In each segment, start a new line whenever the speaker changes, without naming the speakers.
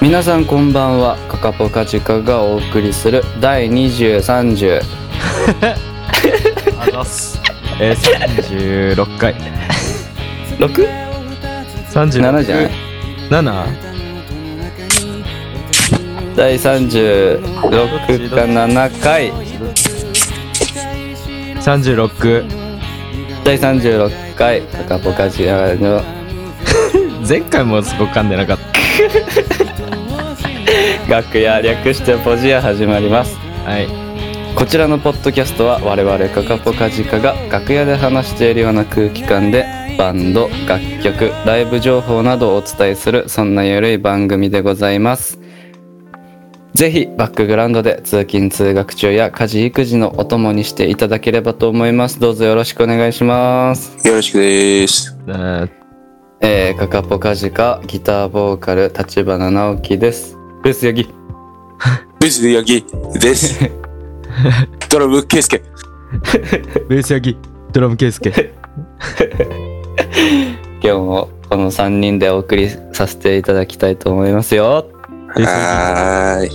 皆さんこんばんはカカポカチカがお送りする第2030
あざっす。えー、36回。
6?7
37
じゃない第36か7回
36
第36回カカポカチカの
前回もすごく噛んでなかっ
楽屋略してポジア始まります
たはい
こちらのポッドキャストは我々カカポカジカが楽屋で話しているような空気感でバンド楽曲ライブ情報などをお伝えするそんなゆるい番組でございますぜひバックグラウンドで通勤通学中や家事育児のお供にしていただければと思いますどうぞよろしくお願いします
よろしくです。
えー
えー、カカポカジカギターボーカル立花直樹ですルースヤギ
藤田ヤギ です。ドラムケイスケ。
ベース焼きドラムケイスケ
今日もこの3人でお送りさせていただきたいと思いますよ
です
はーい。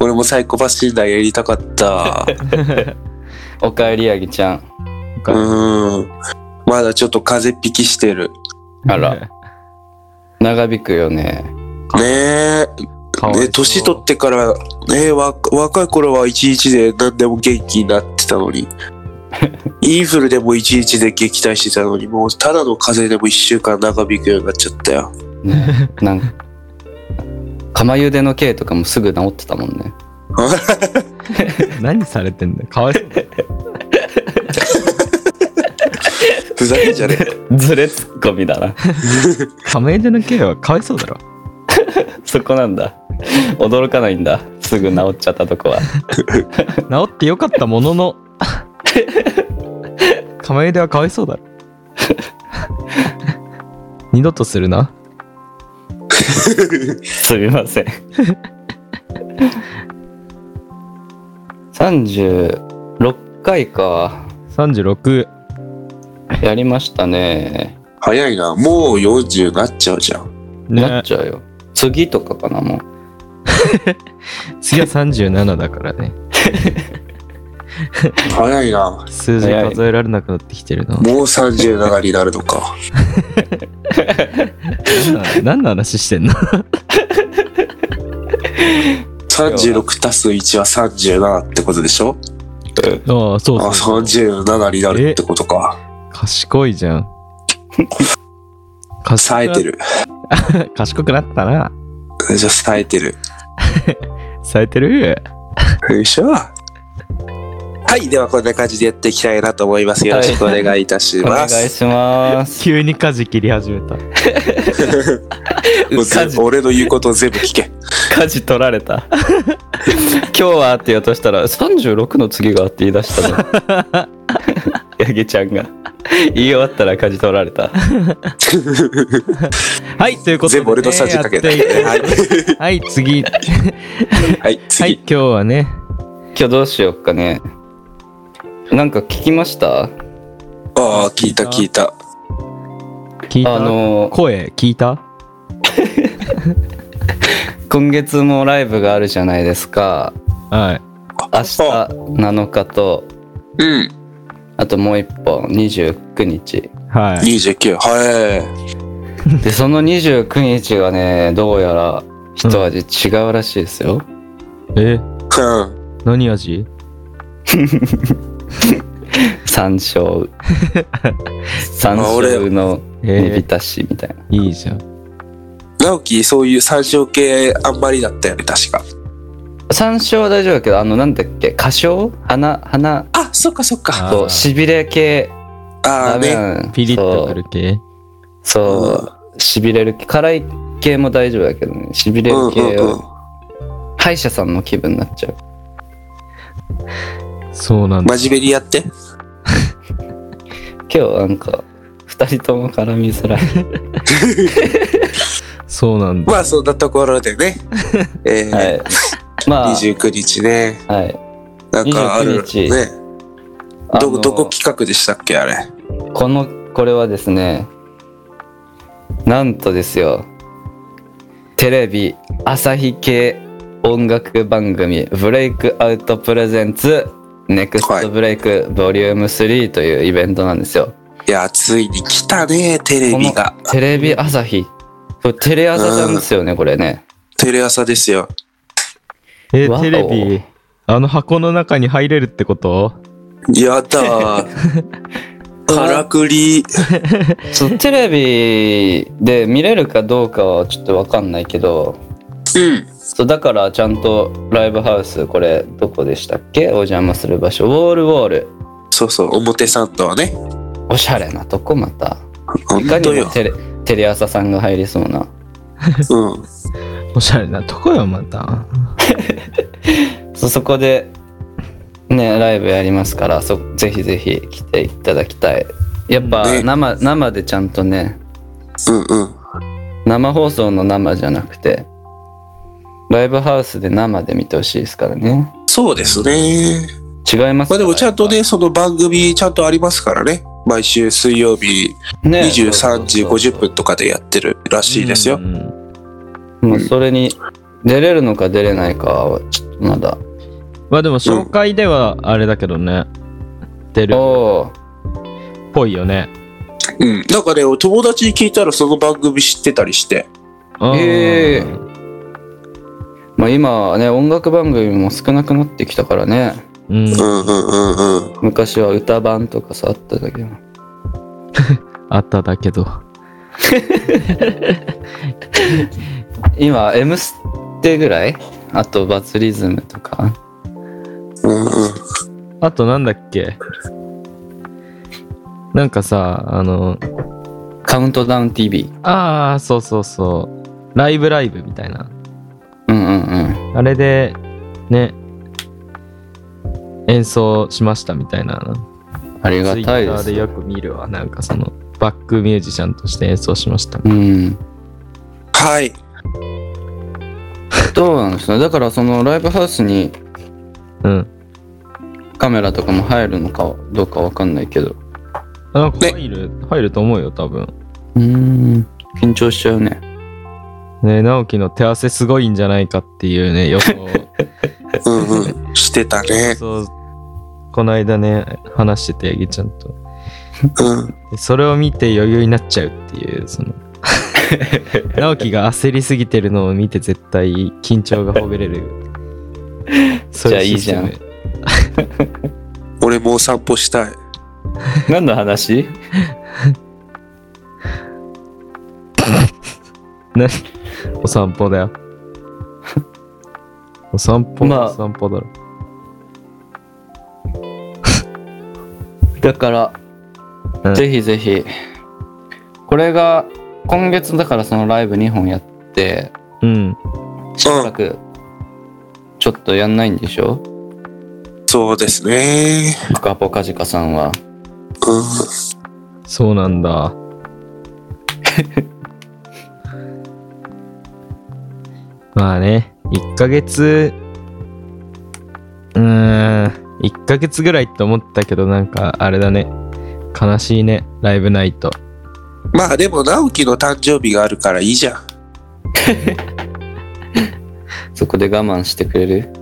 俺もサイコパス診断やりた かった。
おかえりヤギちゃん
うーん。まだちょっと風邪引きしてる。
あら長引くよね
ねえ。
かわいそう
ね年取ってから、ねえ、わ若い頃は一日で何でも元気になってた のに。インフルでも一日で撃退してたのに、もうただの風邪でも一週間長引くようになっちゃったよ。
ねなんか釜茹での刑とかもすぐ治ってたもんね
何されてんだよかわいそう
ふざけんじゃね え。
ズレツッコミだな
亀井でのケイはかわいそうだろ
そこなんだ驚かないんだすぐ治っちゃったとこは
治ってよかったものの亀井ではかわいそうだろ二度とするな
すみません36回か
36
やりましたね
早いな。もう40なっちゃうじゃん。
な
ね
っちゃうよ次とかかなもう
次は37だからね
早いな。
数字
早い
数えられなくなってきてるな
もう37になるのか。
何の何の話してんの
36足す1は37ってことでしょ
ああそう
あ、
そう
37になるってことか。
賢いじ ゃん賢く
冴えてる。
な賢くなったな
じゃあ冴えてる。
冴えてる
よいしょ。はい、ではこんな感じでやっていきたいなと思います。よろしくお願いいたし
お願
ま
い
す。
します
急に舵切り始めた
もう全部俺の言うことを全部聞け。
舵取られた 今日はって言おうとしたら36の次があって言い出したの ヤギちゃんが言い終わったら舵取られた
はいということで、
全部俺のさじかけて。
や
は
っ
い
てい、はい 次
はい、
はい
次。
今日はね
今日どうしようかねなんか聞きました
ああ、聞いた聞いた。
聞いた
あの
声聞いた
今月もライブがあるじゃないですか
はい
明日7日と
うん、
あともう一本29日
はい
29。は
でその29日がねどうやら一味違うらしいですよ、
え
い。うん。
何味
山 椒山椒の煮
え
浸しみたいな、
ーいいじゃん
直樹、そういう参照系あんまりだったよね、確か。
山椒は大丈夫だけどあのなんだっけ花椒花花
あ、そっかそっか。
あー
としびれ系
ああ、
ダメ
ね。
なの
ピリッとくる系
そうそうしびれる系辛い系も大丈夫だけどねしびれ
うん
る
うん
系
うん
を。歯医者さんの気分になっちゃう
そうなんだ
真面目にやって。
今日なんか2人とも絡みづらい
そうなんだ
まあそんなところで ね、えー
はいまあ、
29日ね、
はい、
なんかある
29日
ね、
あ
ど
の
どこ企画でしたっけあれ。
このこれはですねなんとですよテレビ朝日系音楽番組ブレイクアウトプレゼンツネクス
はい
トブレイクボリューム3というイベントなんですよ。
いや、ついに来たね、テレ
こ
ビ
の
が。
テレビ朝日。これテレ朝なんですよね、これね。
テレ朝ですよ。
え
わお
テレビ、あの箱の中に入れるってこと
やだー。 からくり。
そうテレビで見れるかどうかはちょっとわかんないけど、
うん。
そうだからちゃんとライブハウス、これどこでしたっけお邪魔する場所。ウォールウォール。
そうそう、表参道ね。
おしゃれなとこまた。い
本
か
当
にも
よ。
テレテレ朝さんが入りそうな。
うん。
おしゃれなとこよ、また。
そそこでねライブやりますからそぜひぜひ来ていただきたいやっぱ
ね
生,、生でちゃんとね
うんうん。
生放送の生じゃなくてライブハウスで生で見てほしいですからね
そうですね。
違います
まあでもちゃんと
や
ね、その番組ちゃんとありますからね。毎週水曜日
っぱね
23時50分と
か
かでやってるらしいですよ
う。ん
もうそれに出れるのか出れないかはちょっとまだ
まあでも、紹介ではあれだけどね、出るっ
おー
ぽいよね。
うん。なんかね、友達に聞いたらその番組知ってたりして。
うん
ええまあ今はね音楽番組も少なくなってきたからね
うん
う、んうんうんうん。
昔は歌番とかさあったんだけど
あっただけど。
今「M ステ」ぐらいあと「バツリズム」とか
うんうん。
あとなんだっけなんかさ、あの、
「カウントダウン TV」
ああ、そうそうそう。ライブライブみたいな。
うんうんうん
あれで、ね、演奏しましたみたいな。
ありがたい
ツイッ
で
ターですよく見るわ。なんかその、バックミュージシャンとして演奏しました。
うん
はい。
どうなんですかだからそのライブハウスに
うん。
カメラとかも入るのかどうかわかんないけど
あなんか入る、入ると思うよ、多分。
うーん緊張しちゃうね
ね、直樹の手汗すごいんじゃないかっていうね、予想。
うんうん。してたね。
そう。この間ね、話してて、ヤギちゃんと。
うん。
でそれを見て余裕になっちゃうっていう その直樹が焦りすぎてるのを見て絶対緊張がほぐれるそ
じゃあいいじゃん
システム
俺もう散歩したい。
何の話
お散歩だ よお散歩、
まあ
お散歩だろ
だから、
うん
ぜひぜひこれが今月だからそのライブ2本やって
うん
しばらくちょっとやんないんでしょ
そうですね。
ポカポカジカさんは
うん。
そうなんだ まあね1ヶ月うーん1ヶ月ぐらいって思ったけどなんかあれだね悲しいねライブないと
まあでも、直樹の誕生日があるからいいじゃん。
そこで我慢してくれる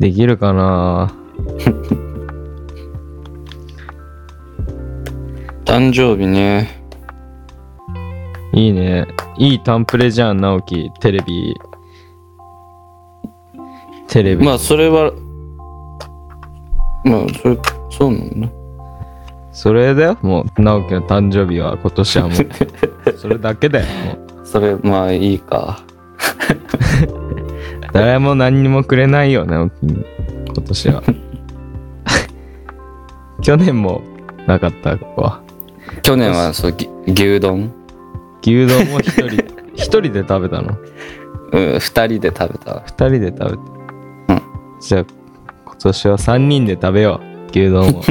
できるかな
誕生日ね
いいねいいタンプレじゃん直樹テレビテレビ、
まあそれはまあそれそうなんだ
それだよもう直樹の誕生日は今年はも うそれだけだよもう
それまあいいか
誰も何にもくれないよね、お気に今年 は。去年もなかった、ここは。
去年はそうぎ牛丼
牛丼も一人、一人で食べたの。
うん二人で食べた
二人で食べた。
うん
じゃあ、今年は三人で食べよう、牛 丼を。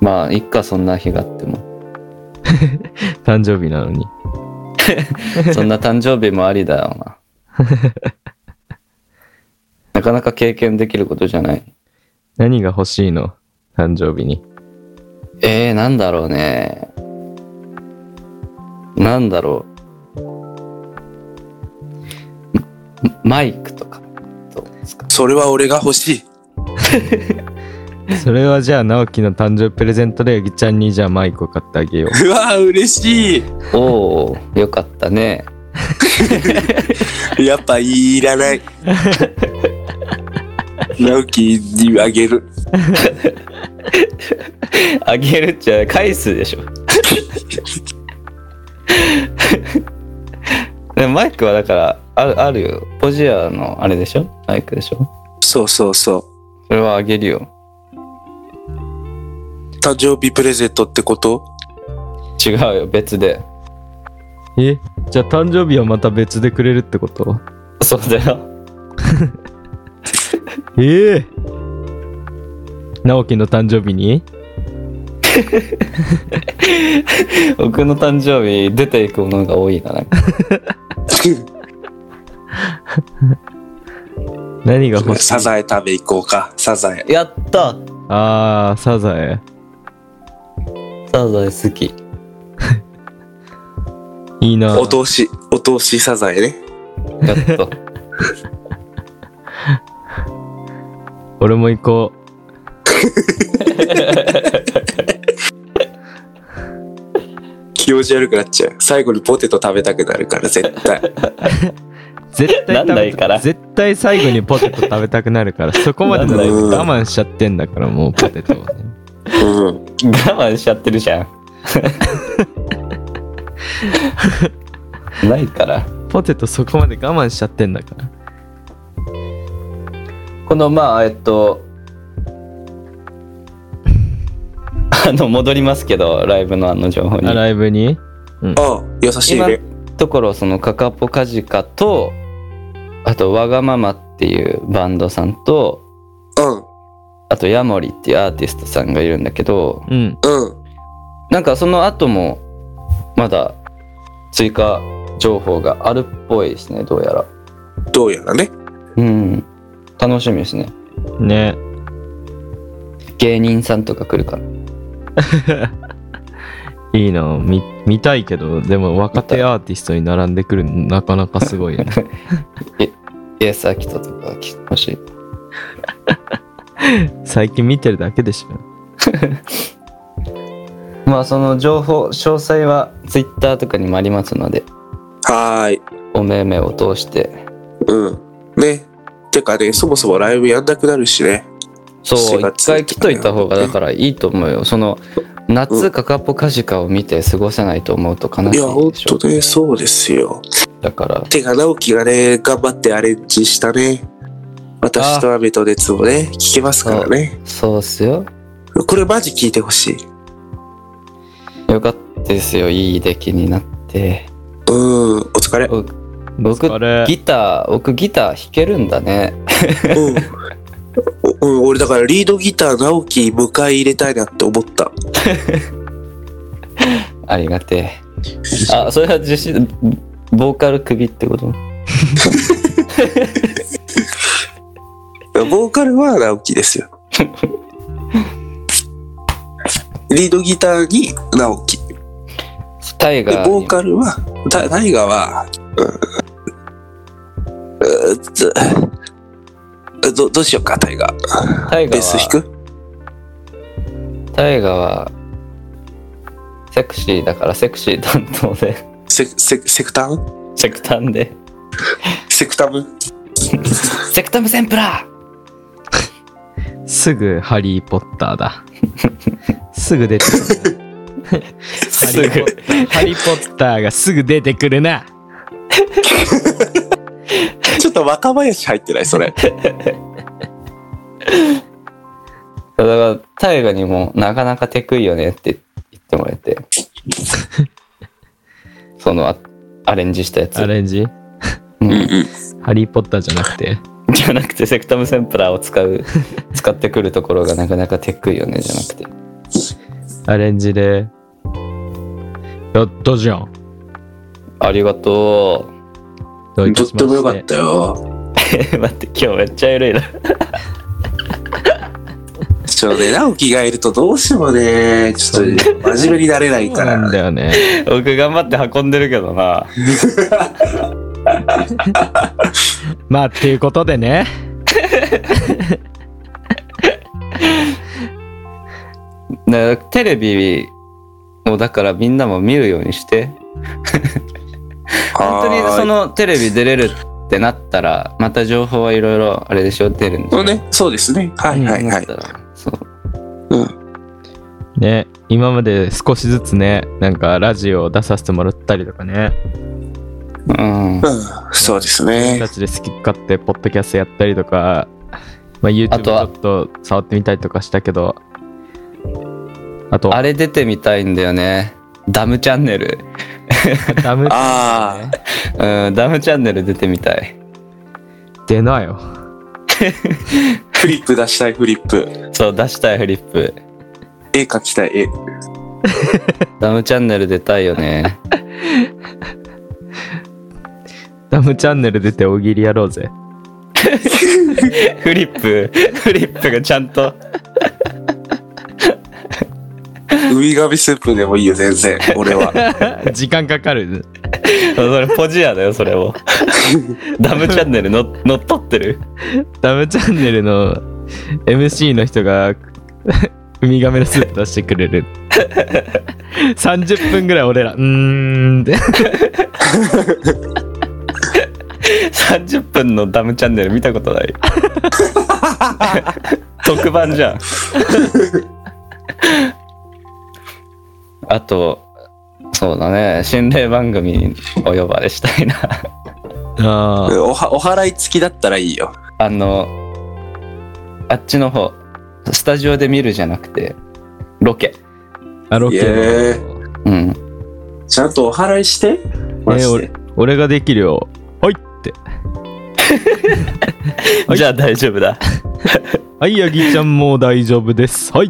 まあいっかそんな日があっても
誕生日なのに。
そんな誕生日もありだよななかなか経験できることじゃない
何が欲しいの誕生日に。
えー、なんだろうねなんだろうマイクとかどうですか
それは俺が欲しい。
それはじゃあ直樹の誕生日プレゼントでヤギちゃんにじゃあマイクを買ってあげよう
うわー、嬉しい。
おおよかったね
やっぱいらない。直樹にあげる。
あげるっちゃ返すでしょ でもマイクはだからあるあるよポジアのあれでしょマイクでしょ
そうそうそ
それはあげるよ
う。誕生日プレゼントってこと
違うよ別で
えじゃあ誕生日はまた別でくれるってこと
そうだよ
ええ直樹の誕生日に
僕の誕生日出ていくものが多いななんか
何が欲しい
サザエ食べ行こうか。サザエ。
やった
あーサザエ
サザエ好き
いいな
お通し、お通しサザエね。
やっと
俺も行こ
気持ち悪くなっちゃう。最後にポテト食べたくなるから、絶対。
う絶対食べた
なんないから
絶対最後にポテト食べたくなるからそこまでの
なんないから
我慢しちゃってんだからもうポテトは ね
うん。
我慢しちゃってるじゃん ないから
ポテトそこまで我慢しちゃってんだから
このまあえっとあの戻りますけどライブのあの情報に
あライブに
ああ、優しい
今の
ね。
ところそのカカポカジカとあとわがままっていうバンドさんと
うん。
あとヤモリっていうアーティストさんがいるんだけど
うん
うん。
なんかその後もまだ追加情報があるっぽいですねどうやら
どうやらね。
うん楽しみですね
ね
芸人さんとか来るかない
いな見見たいけどでも若手アーティストに並んでくるのなかなかすごいよ ね
イエス・アキトとか来てほしい
最近見てるだけでしょ
まあその情報詳細は Twitter とかにもありますので
はーい。
おめめを通して
うん。ね。てかね、そもそもライブやんなくなるしね。
そう
4
一
月
回来といた方がだからいいと思うよその夏カカポカジカを見て過ごせないと思うと悲
い
し
や、ほ
い
ん
でしょ
とね、そうですよ。
だから
てか、直樹がね、頑張ってアレンジしたね。私と雨と熱をね、聞けますからね。
そうっすよ
これマジ聞いてほしい。
よかったですよいい出来になって
うん、お疲れ。
僕僕
あれ
ギター僕ギター弾けるんだね
うん。おうん、俺だからリードギター直樹迎え入れたいなって思った。
ありがてえあそれは自信ボーカル首ってこと
ボーカルは直樹ですよ。リードギターに直樹。
タイ
で
ガー
ボー
に
カルは、タタイガーは、うん、うーつどどうしようか、タイガー。
タイガ
ベ
ー
ース
は
弾く
大河はセクシーだからセクシー担当で
セクセクセクタム
セクタンで
セクタム
セクタムセンプラ
すぐハリー・ポッターだすぐ出てくる
すぐ
なハリー・ポッターがすぐ出てくるな
ちょっと若林入ってない、それ。
だから大河にもなかなかテクいよねって言ってもらえ てそのあアレンジしたやつ
アレンジ
うん
うん。
ハリー・ポッターじゃなくて
じゃなくてセクタムセンプラーを使う使ってくるところがなかなかテクいよねじゃなくて
アレンジでやったじゃん
ありがと
どういた
とっ
しまして
もよかったよ。
う 待って今日めっちゃ緩いな
ちょっとね、直樹がいるとどうしてもね、ちょっと真面目になれない
そ
か
うな
ら
ん。だよね
僕頑張って運んでるけどな
まあ、っていうことでね。
だからテレビをだからみんなも見るようにして本当にそのテレビ出れるってなったらまた情報はいろいろあれでしょ出るんで
そうね、そうですね。はいはいはい。
そう
うん。
ね、今まで少しずつね、なんかラジオを出させてもらったりとかね、
うん
うん、そうです
僕
ね
た。ちで好き勝手、ポッドキャストやったりとか、
あ
まあ、YouTube ち
とは
ょっと触ってみたりとかしたけど、あと、
あれ出てみたいんだよねダムチャンネル
ダム、
ああ、
うんダムチャンネル出てみたい
出なよ。
フリップ出したいフリップ。
そう出したいフリップ
絵描きたい絵。
ダムチャンネル出たいよ ね
ダムチャンネル出て大喜利やろう ぜ。
フリップフリップがちゃんと
ウミガメスープでもいいよ、全然。俺は。
時間かかる。
それポジアだよそれ もダムチャンネルの乗っ取ってる
ダムチャンネルの MC の人がウミガメのスープ出してくれる30分ぐらい俺らうーんって
30分のダムチャンネル見たこと ない特番じゃんあとそうだね心霊番組にお呼ばれしたいな
あー
おは、お払い付きだったらいいよ。
あのあっちの方スタジオで見るじゃなくてロケ
あロ
い
ケ
え
うん
ちゃんとお払いして。マジで。
俺ができるよはいってはい
じゃあ大丈夫だ
はいヤギちゃんもう大丈夫ですはい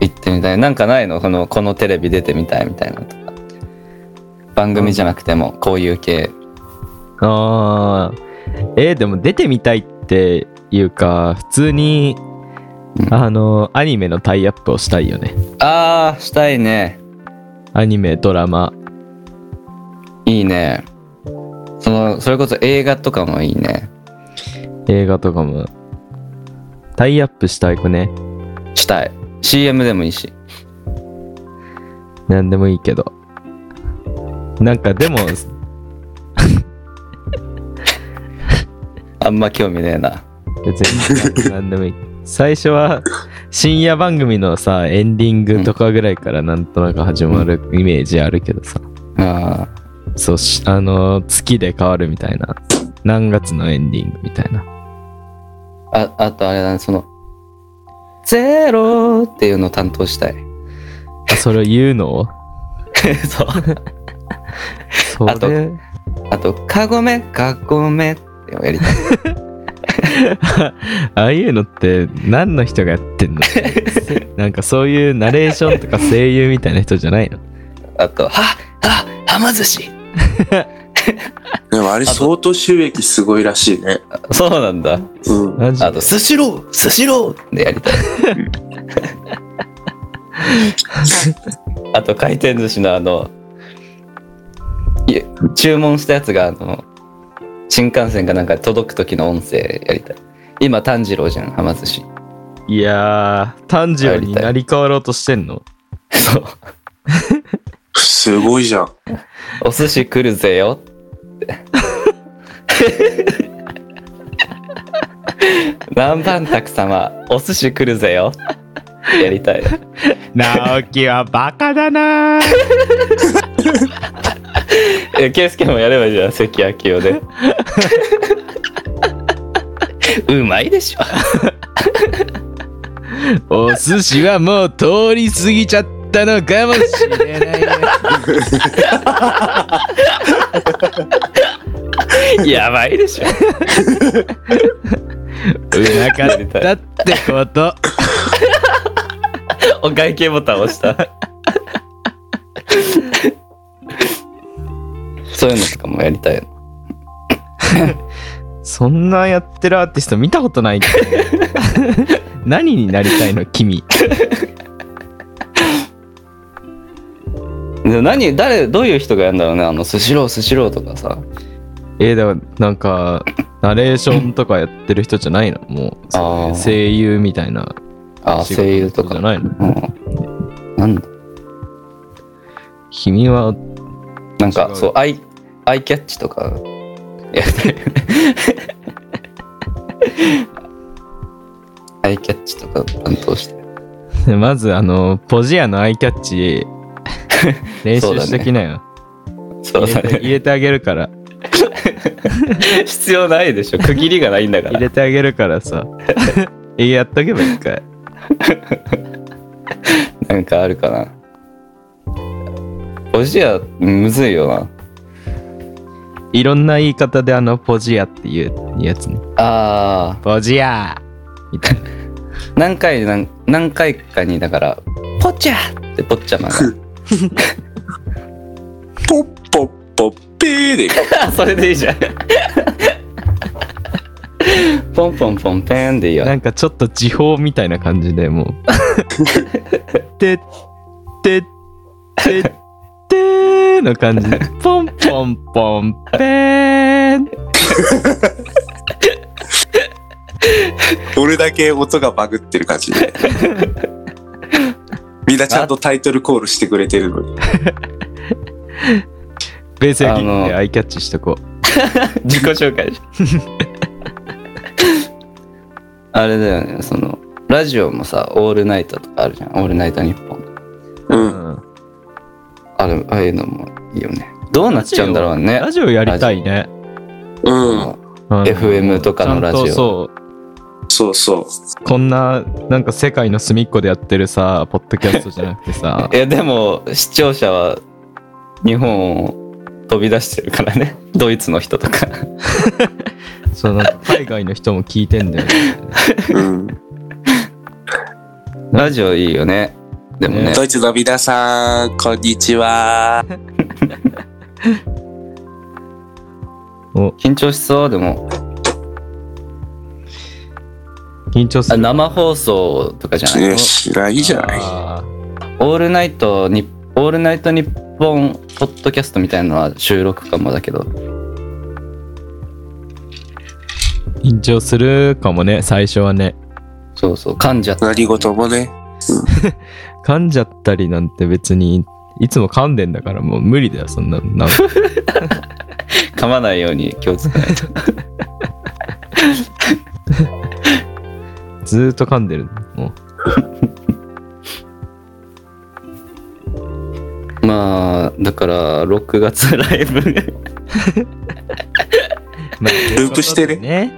行ってみたいなんかないのこのこのテレビ出てみたいみたいなのとか番組じゃなくてもこういう系
あーえーでも出てみたいっていうか普通に
うん
あのアニメのタイアップをしたいよね
あーしたいね
アニメドラマ
いいねそのそれこそ映画とかもいいね
映画とかもタイアップしたい子ね
したい CM でもいいし
何でもいいけどなんかでも
あんま興味ねえな
別 に何でもいい最初は深夜番組のさエンディングとかぐらいからなんとなく始まるイメージあるけどさ
あ
そうしあの月で変わるみたいな何月のエンディングみたいな
ーああとあれだねその「ゼロ」っていうのを担当したい
あそれを言うの
そう
そ
あと
れ
あと「カゴメカゴメ」っていうのをやりたい
ああいうのって何の人がやってんのなんかそういうナレーションとか声優みたいな人じゃないの
あと「はははま寿司
でもあれ相当収益すごいらしいね。」
そうなんだ
うん。
マジ
あと「スシロースシロー」でやりたい あと回転寿司のあのいえ注文したやつがあの新幹線かなんか届く時の音声やりたい今炭治郎じゃんはま寿司
いやー、炭治郎になり変わろうとしてんの
そう
すごいじゃん。
お寿司来るぜよって南蛮宅様お寿司来るぜよやりたい
直樹はバカだなー
え、ケイスケもやればいいじゃん、関明夫で。うまいでしょ。
お寿司はもう通り過ぎちゃったのかもしれないね
やばいでしょ。
うまかったってこと
お会計ボタン押した。そういうのとかもやりたい。
そんなやってるアーティスト見たことないけど何になりたいの君
で何誰どういう人がやるんだろうねあのスシロースシローとかさ
えー、だからなんか、ナレーションとかやってる人じゃないのもう
あー、
声優みたいな
あー
仕事
声優と
じゃ
か
ないの
うんなん
君は、
なんか
違う
そうアイアイキャッチとかやったよねアイキャッチとか担当して
まずあの、ポジアのアイキャ ッチ、練習してきなよ。
そう
入
だ
れて
ね
入れてあげる から。
必要ないでしょ区切りがないんだか
入
ら
れてあげるから さ。えやっとけば一回。
なんかあるかなおじやむずいよない
ろんな言い方であの、ポジアっていうやつね。
あ
ポジアみたいな。
ー何回何何回かにだから「ポチャ!」ってポッチャ マ
ポッポッポッペーで、
がそれでいいじゃんポンポンポンペンでいいよ
なんかちょっと時報みたいな感じでもう。てってってってーの感じで。ポンポンポンペーン。
俺だけ音がバグってる感じで。みんなちゃんとタイトルコールしてくれてるのに。
ベースやキ
あの
ックでアイキャッチしとこ
自己紹介あれだよねそのラジオもさ「オールナイト」とかあるじゃん「オールナイトニッポン
う
う。
ん。
ん。」
あれああいうのもいいよねどうなっちゃうんだろうね
ラジオやりたいね。
うん。
うん
FM とかのラジオ
ちゃんとそう。
そうそう。
こんな、なんか世界の隅っこでやってるさ、ポッドキャストじゃなくてさ
い、やでも視聴者は日本を飛び出してるからね ドイツの人とか
そうなんか海外の人も聞いてんだよね。
うん。
ラジオいいよねでもね
ドイツの皆さん、こんにちは。
緊張しそうでも
緊張す
あ
る。
生放送とかじゃない
よし、らいいじゃない。
あ
オールナイトにオールナイトニッポンポッドキャストみたいなのは収録かもだけど
ー緊張するかもね、最初はね。
そうそう噛んじゃった
何事もね。
噛んじゃったりなんて別に、いつも噛んでんだからもう無理だよ、そんな。なんか
噛まないように気をつけないと
ずーっと噛んでる。もう。
まあだから6月 ライブ
まあ
ループしてる
ね。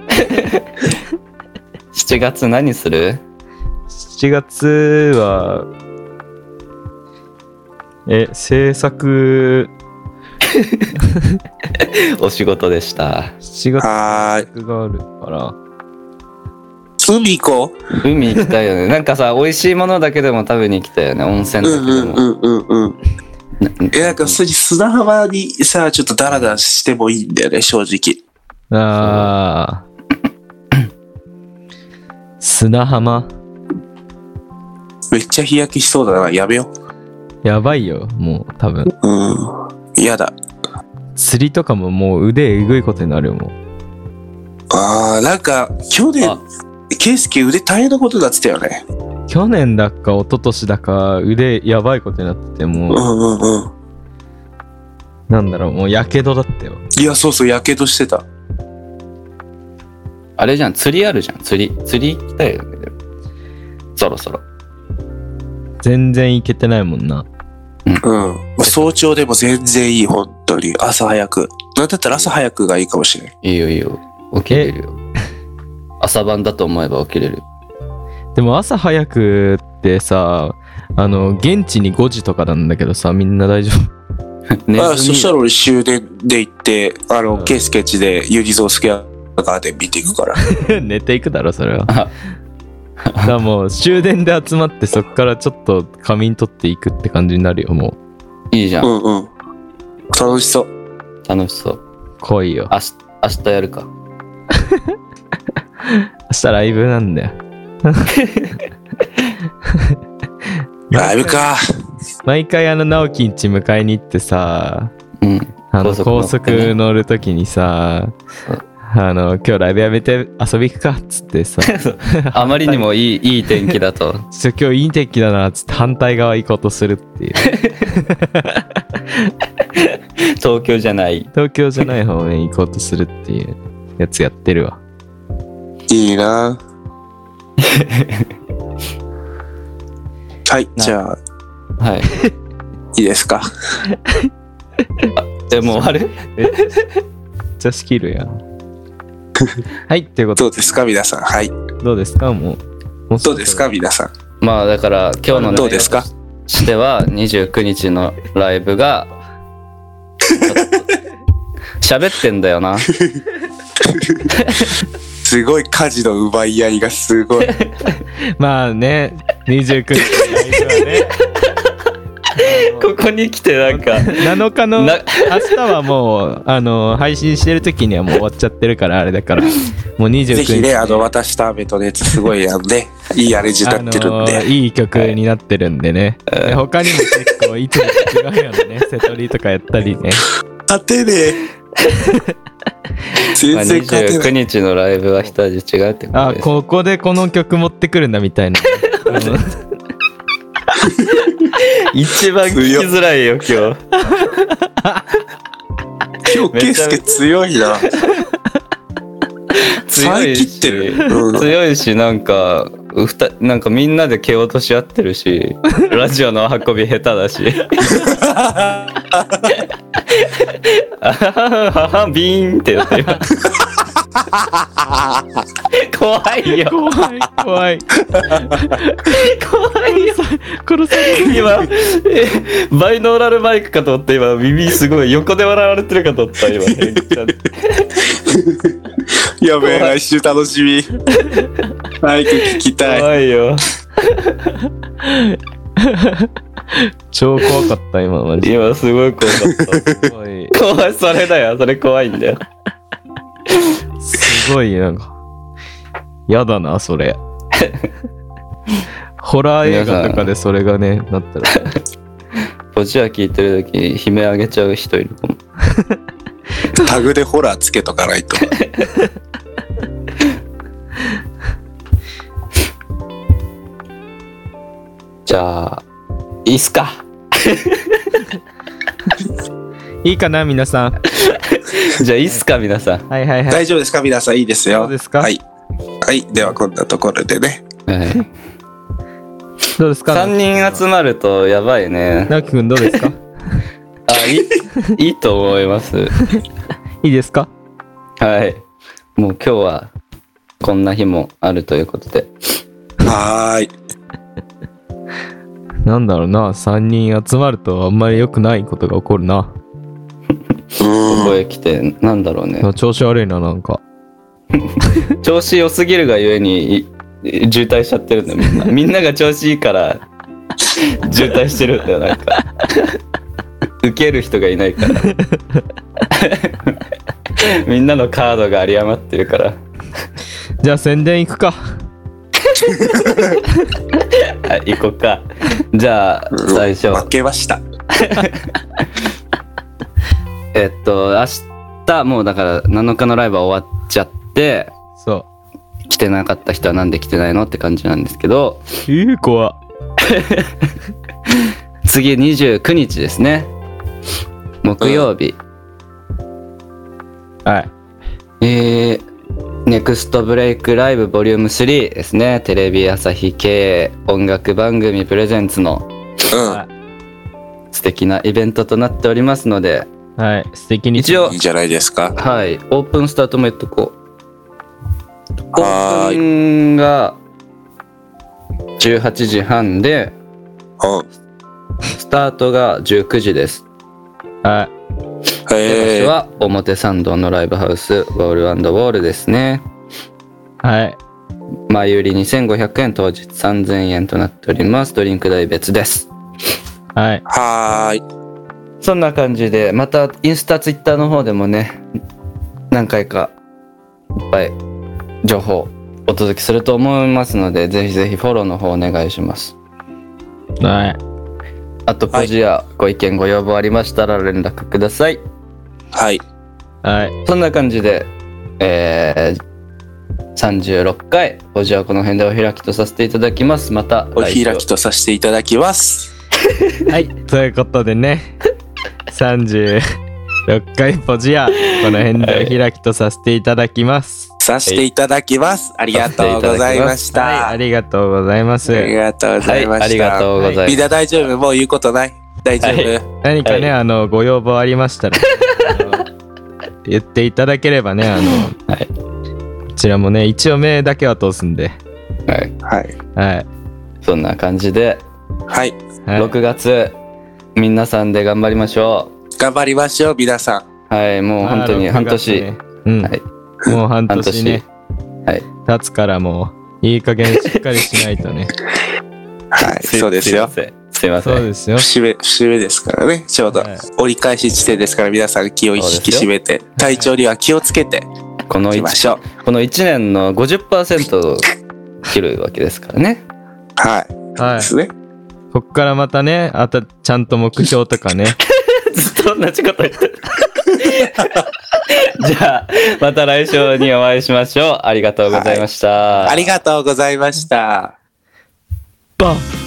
7月何する
7月は、え、制作、
お仕事でした
7月
はーい。
があるから。
海行こう。
海行きたいよ ねなんかさ美味しいものだけでも食べに行きたいよね温泉
う
だけ
ん
で
うん
も、
うんうんうん。
な
え、なんか普通に砂浜にさ、ちょっとダラダラしてもいいんだよね、正直。
ああ。砂浜。
めっちゃ日焼けしそうだな、やめよ
やばいよ、もう多分。
う。うん。嫌だ。
釣りとかももう腕えぐいことになるよ、もう。
あー、なんか、去年
あ、
ケイスケ腕大変なことになってたよね。
去年だか一昨年だか腕やばいことになってて、
うん
も
うんうん。
う、なんだろう、もうやけどだったよ。
いや、そうそう、やけどしてた。
あれじゃん釣りあるじゃん釣り釣り行きたいよねでもそろそろ
全然いけてないもんな。
うん。早朝でも全然いい、本当に。朝早く。なんだったら朝早くがいいかもしれない。
いいよいいよ起きれるよ朝晩だと思えば起きれる
でも朝早くってさ、あの、現地に5時とかなんだけどさ、みんな大丈夫。
寝
あ
ず
そ
に
したら俺終電で行って、あの、
うん
ケイスケチでユニゾースケアガーデン見ていくから。
寝ていくだろ、それは。だ
あ
からもう終電で集まって、そっからちょっと仮眠取っていくって感じになるよ、もう。
いいじゃん、
うんうん。楽しそう。
楽しそう
来いよ。
明日明日やるか
明日ライブなんだよ。
ライブか。
毎回あの直樹んち迎えに行ってさ
うん
あの
高速乗っ
高
てね
速乗るときにさ、
そう
あの今日ライブやめて遊び行くかっつってさち
あまりにもいいいい天気だと
ょ今日いい天気だなっつって反対側行こうとするっていう
東京じゃない
東京じゃない方面行こうとするっていうやつやってるわ
いい なはい
な
じゃあ
はい
いいですか
でもう終わる
めっちゃ仕切るやんはいということ
どうですか皆さんはい
どうですかもうもうそ
ど
ろそろ
うですか皆さん
まあだから今日の
どうですか
としては29日のライブがちょっと喋ってんだよな
すごい家事の奪い合いがすご い
まあね29日はね
ここに来てなんか
7日の明
な
日はもうあの配信してる時にはもう終わっちゃってるからあれだからもう29日
ぜひねあの私と雨と熱すご いあのねいいアレンジになってるん
あの
で
いい曲になってるんでね、で他にも結構いつもと違うような ね瀬戸りとかやったりね
勝てね え
まあ
全然勝てな
29
い
日のライブは一味違うってこと
あ
です
ここでこの曲持ってくるんだみたいなうん
一番聞きづらいよ今日
今日
め
圭
ちゃめ
介強いな
強いし
遮ってる うん
強いしなんかふたなんかみんなで蹴落とし合ってるしラジオの運び下手だしあははははビーンってやってる怖いよ
怖い怖い
怖いよ
殺される
今えバイノーラルマイクかと思って今耳すごい横で笑われてるかと思った今
やべえ来週楽 しみ早く聞きたい
怖いよ
超怖かった今マジ
今すごい怖かっ
すごい
た怖いそれだよそれ怖いんだよ
すごいなんかやだなそれホラー映画とかでそれがねなったら
こっちは聞いてる時悲鳴上げちゃう人いるかも
タグでホラーつけとかないと。
じゃあいいっすか
いいかな皆さん
じゃあいいっすか皆さん、
はいはいはい
大丈夫ですか皆さんいいですよ。
どうですか
はい。はい。ではこんなところでね。
どうですか
3人集まるとやばいね
直樹くんどう ですか
あいいいいと思います
いいですか
はいもう今日はこんな日もあるということで
はーい。
なんだろうな3人集まるとあんまり良くないことが起こるな
こ
う
こ
ん。
へ来てなんだろうね
調子悪いななんか
調子良すぎるがゆえにいい渋滞しちゃってるんだよみんなみんなが調子いいから渋滞してるんだよなんか受ける人がいないからみんなのカードが有り余ってるから
じゃあ宣伝行くか
あ行こっかじゃあ最初
負けました。
えっと明日もうだから7日のライブは終わっちゃって
そう
来てなかった人はなんで来てないのって感じなんですけど
えー、怖っ
次29日ですね木曜日、
はい
えー、ネクストブレイクライブボリューム3ですね。テレビ朝日系音楽番組プレゼンツの
う
素敵なイベントとなっておりますので、
はい素敵に
一応
ん。いいん、じゃないですか。
はい、オープンスタートも言っとこう。オー
はーい
プンが18時半で、
う
スタートが19時です。
は
ん。
私
へえ。
は表参道のライブハウス、ウォールウォールですね。
いはい
前売り2500円、当日3000円となっております。ドリンク代別です。
はい
はーい。
そんな感じで、またインスタ、ツイッターの方でもね、何回かいっぱい情報お届けすると思いますので、ぜひぜひフォローの方お願いします。
はい
あとポジやご意見ご要望ありましたら連絡ください。
はい。
はい。
そんな感じで、えー36回ポジはこの辺でお開きとさせていただきます。また
お開
来週
きとさせていただきます。
はい。ということで ね、36回ポジア、この辺でお開きとさせていただきます。
させていただきます。ありがとうございました。
はい。あ
あ
りがとうございます。
りがとうござい
は
ました。
い、ありがとうござい
み
ま
ん
す。
な大丈夫もう言うことない大丈夫、
何かね、
は
あのご要望ありました らあの言っていただければねあの、
はい
こちらもね一応目だけは通すんで
はい、
はい。
はい、
そんな感じで、
はい。
はい、
6月、皆さんで頑張りましょ
頑張りましょう、皆さん。
う。はい、もう本当に
まあ
半年、
六月ねうん
はい
もう半年ね
はい
経つからもういい加減しっかりしないとね
はい。そうですよ。
すいませんすいません。
そうですよ
節目、節目ですからね。ちょうど
はい
折り返し地点ですから、皆さん気を引き締めて、体調には気をつけて
この
いき
一
ましょう。
この1年の50%を切るわけですからね。
はい。
は
で
い
すね。
こっからまたねあとちゃんと目標とかね
ずっと同じこと言ってる。 じゃあ、また来週にお会いしましょう。ありがとうございました。
ありがとうございました。
バン